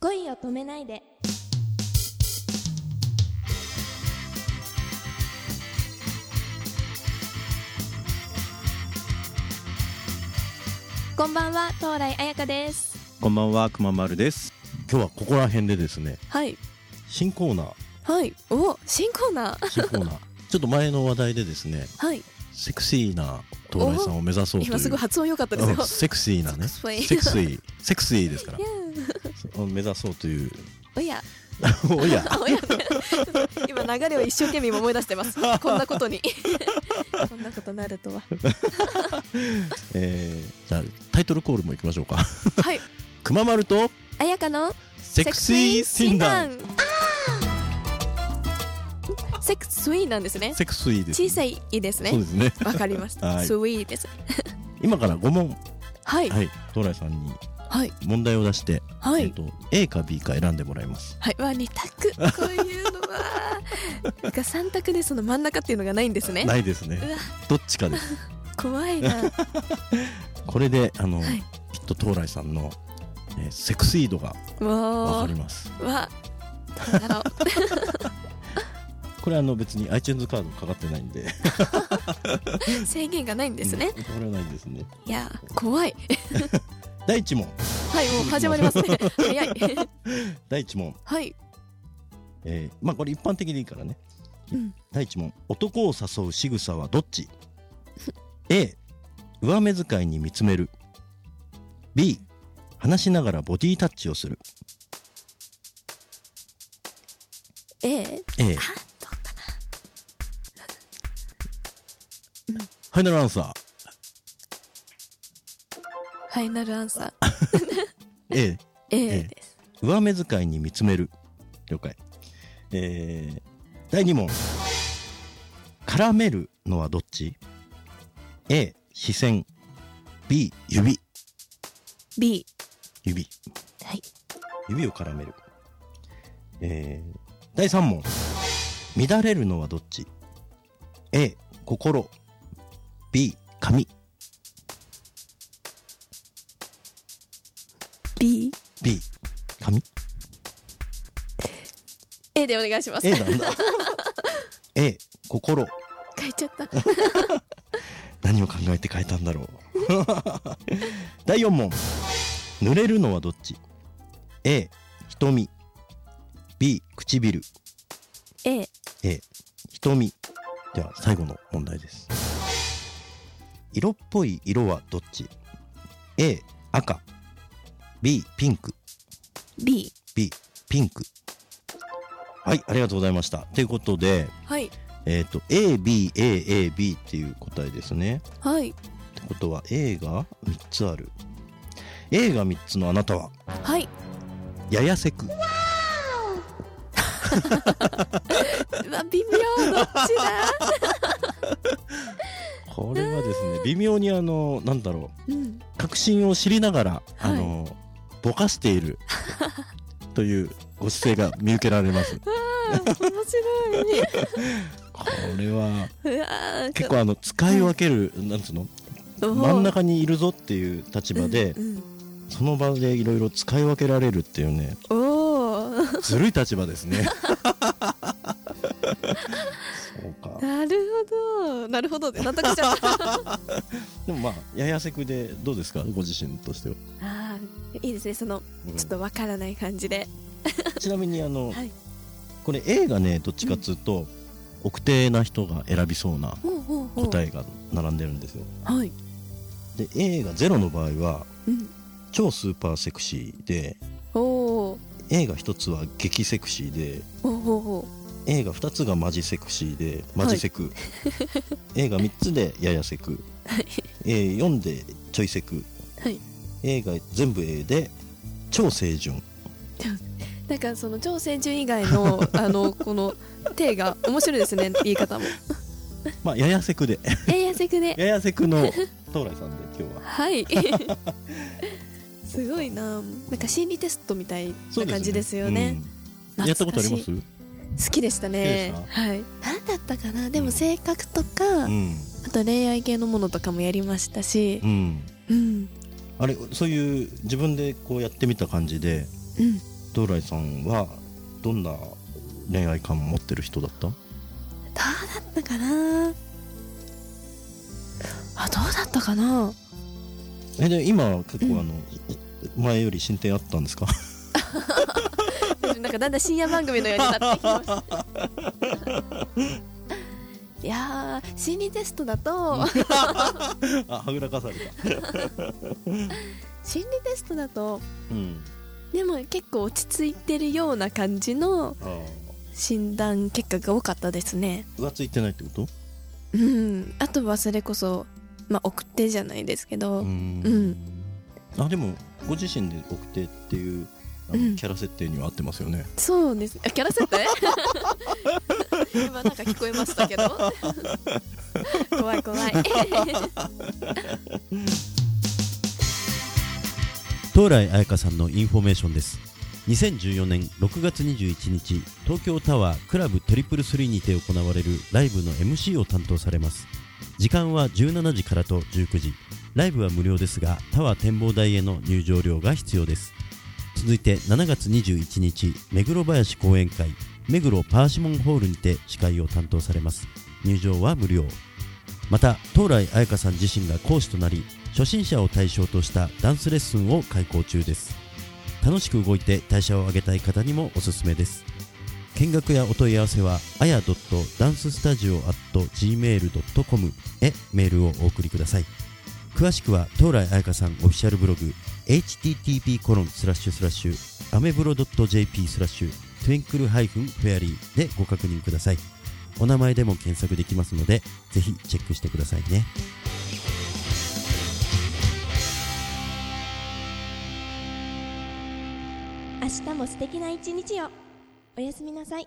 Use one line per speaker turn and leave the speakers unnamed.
恋を止めないでこんばんは東来彩香です
こんばんは、くままるです。
今日はここら辺でですね
はい
新コーナ ー
はいお新コーナー
新コーナーちょっと前の話題でですね
はい
セクシーな東大さんを目指そうという
今すごい発音良かったですよ
うんセクシーなね
セクシー
セクシーセクシ ーですから
いやー
うん目指そうという
おや
おや
お や今流れを一生懸命今思い出してますこんなことに こんなことなるとは
えー、じゃあタイトルコールもいきましょうか
はい
くままると
彩香の
セクシー診断
セクスイーなんですね
セクシーです
小さい「い」です
そうで
ね
すね
わかりました
はい
スイーです
今から5問
はい
はい東大さんに
はい
問題を出して、
は
えっ
い
と A か B か選んでもらいます
はいわ二択こういうのはなんか三択でその真ん中っていうのがないんですね
ないです
う
ね
わ
どっちかです
怖いな
これであの、
い
きっと東来さんの、えーセクシー度がわ
わ
かります
ーわなんだろう
これあの別に iTunes カードかかってないんで
制限がないんですね
うんこれはないんですね
いやー怖い
第1問
はいもう始まりますね早い
第1問、
はい
えーまあこれ一般的でいいからね、
うん
第1問男を誘う仕草はどっち A 上目遣いに見つめる B 話しながらボディタッチをする
A
A
あどうかな
ファイナルアンサ
ファイナルアンサー
ー A
A
え
です
上目遣いに見つめる了解えー、第2問絡めるのはどっち A 視線 B 指
B
指
はい
指を絡めるえー、第3問乱れるのはどっち A 心 B 髪
B
B 髪
A でお願いします
A なんだ A 心
書いちゃった
何を考えて変えたんだろう 第4問濡れるのはどっち A 瞳 B 唇
A
A 瞳では最後の問題です色っぽい色はどっち A 赤 B ピンク
B
B ピンクはいありがとうございましたということで
はい
えっ、と ABAAB っていう答えですね
はい
ってことは A が3つある A が3つのあなたは
はい
ややセク
うわ微妙どっちだ
これはですね微妙にあのなんだろ
うん
う確信を知りながらあ
はい
の、ぼかしてい るというご姿勢が見受けられますこ
あー面白 い
れは
うわー
結構あの使い分ける、なんつうの
ちょっと
真ん中にいるぞっていう立場で、
うんうん
その場でいろいろ使い分けられるっていう ね
おお
ずるい立場です ねそうか
なるほどなるほど納得しちゃ った
でもまあややせくでどうですかご自身としては、
あーいいですねその
うん
ちょっとわからない感じで
ちなみにあの、
はい
これ A がねどっちかっつうと、奥手な人が選びそうな
ほうほうほう
答えが並んでるんですよ
はい
で A が0の場合は
うん
超スーパーセクシーで
おお
A が1つは激セクシーで
ほうほうほ
A が2つがマジセクシーでマジセク、A が3つでややセク
うはい
A4 でちょいセク、
はい
A が全部 A で超清純
なんかその超青春以外 のあのこの手が面白いですね言い方も。
まあややセクで
えやせくね。
ややせくの東来さんで今日は
はい。すごいな。なんか心理テストみたいな感じですよね。、
うんやったことありま
懐か
す
しい好きでしたね。
好きで
はい。何だったかな。でも性格とか、
うん、
あと恋愛系のものとかもやりましたし
う。ん、
うん。
あれそういう自分でこうやってみた感じで
うん。
到来さんはどんな恋愛観持ってる人だった
どうだったかなあどうだったかな
えで今結
うん
構あの、い前より進展あったんですか
なんかだんだん深夜番組のようになってきましたい やー心理テストだと
あはぐらかされた
心理テストだと
うん
でも結構落ち着いてるような感じの
ああ
診断結果が多かったですね
浮ついてないってこと
うんあとはそれこそまあ奥手じゃないですけど、
うーんあでもご自身で奥手っていうあの
うん
キャラ設定には合ってますよね、
そうですあキャラ設定 今なんか聞こえましたけど 怖い怖い
東来彩香さんのインフォメーションです2014年6月21日東京タワークラブトリプルスリーにて行われるライブの MC を担当されます時間は17時からと19時ライブは無料ですがタワー展望台への入場料が必要です続いて7月21日目黒林講演会目黒パーシモンホールにて司会を担当されます入場は無料また東来彩香さん自身が講師となり初心者を対象としたダンスレッスンを開講中です楽しく動いて代謝を上げたい方にもおすすめです見学やお問い合わせは aya.dancestudio.gmail.com へメールをお送りください詳しくは東来彩香さんオフィシャルブログ http コロンスラッシュスラッシュアメブロ .jp スラッシュトゥインクルハイフンフェアリーでご確認くださいお名前でも検索できますのでぜひチェックしてくださいね
明日も素敵な一日をおやすみなさい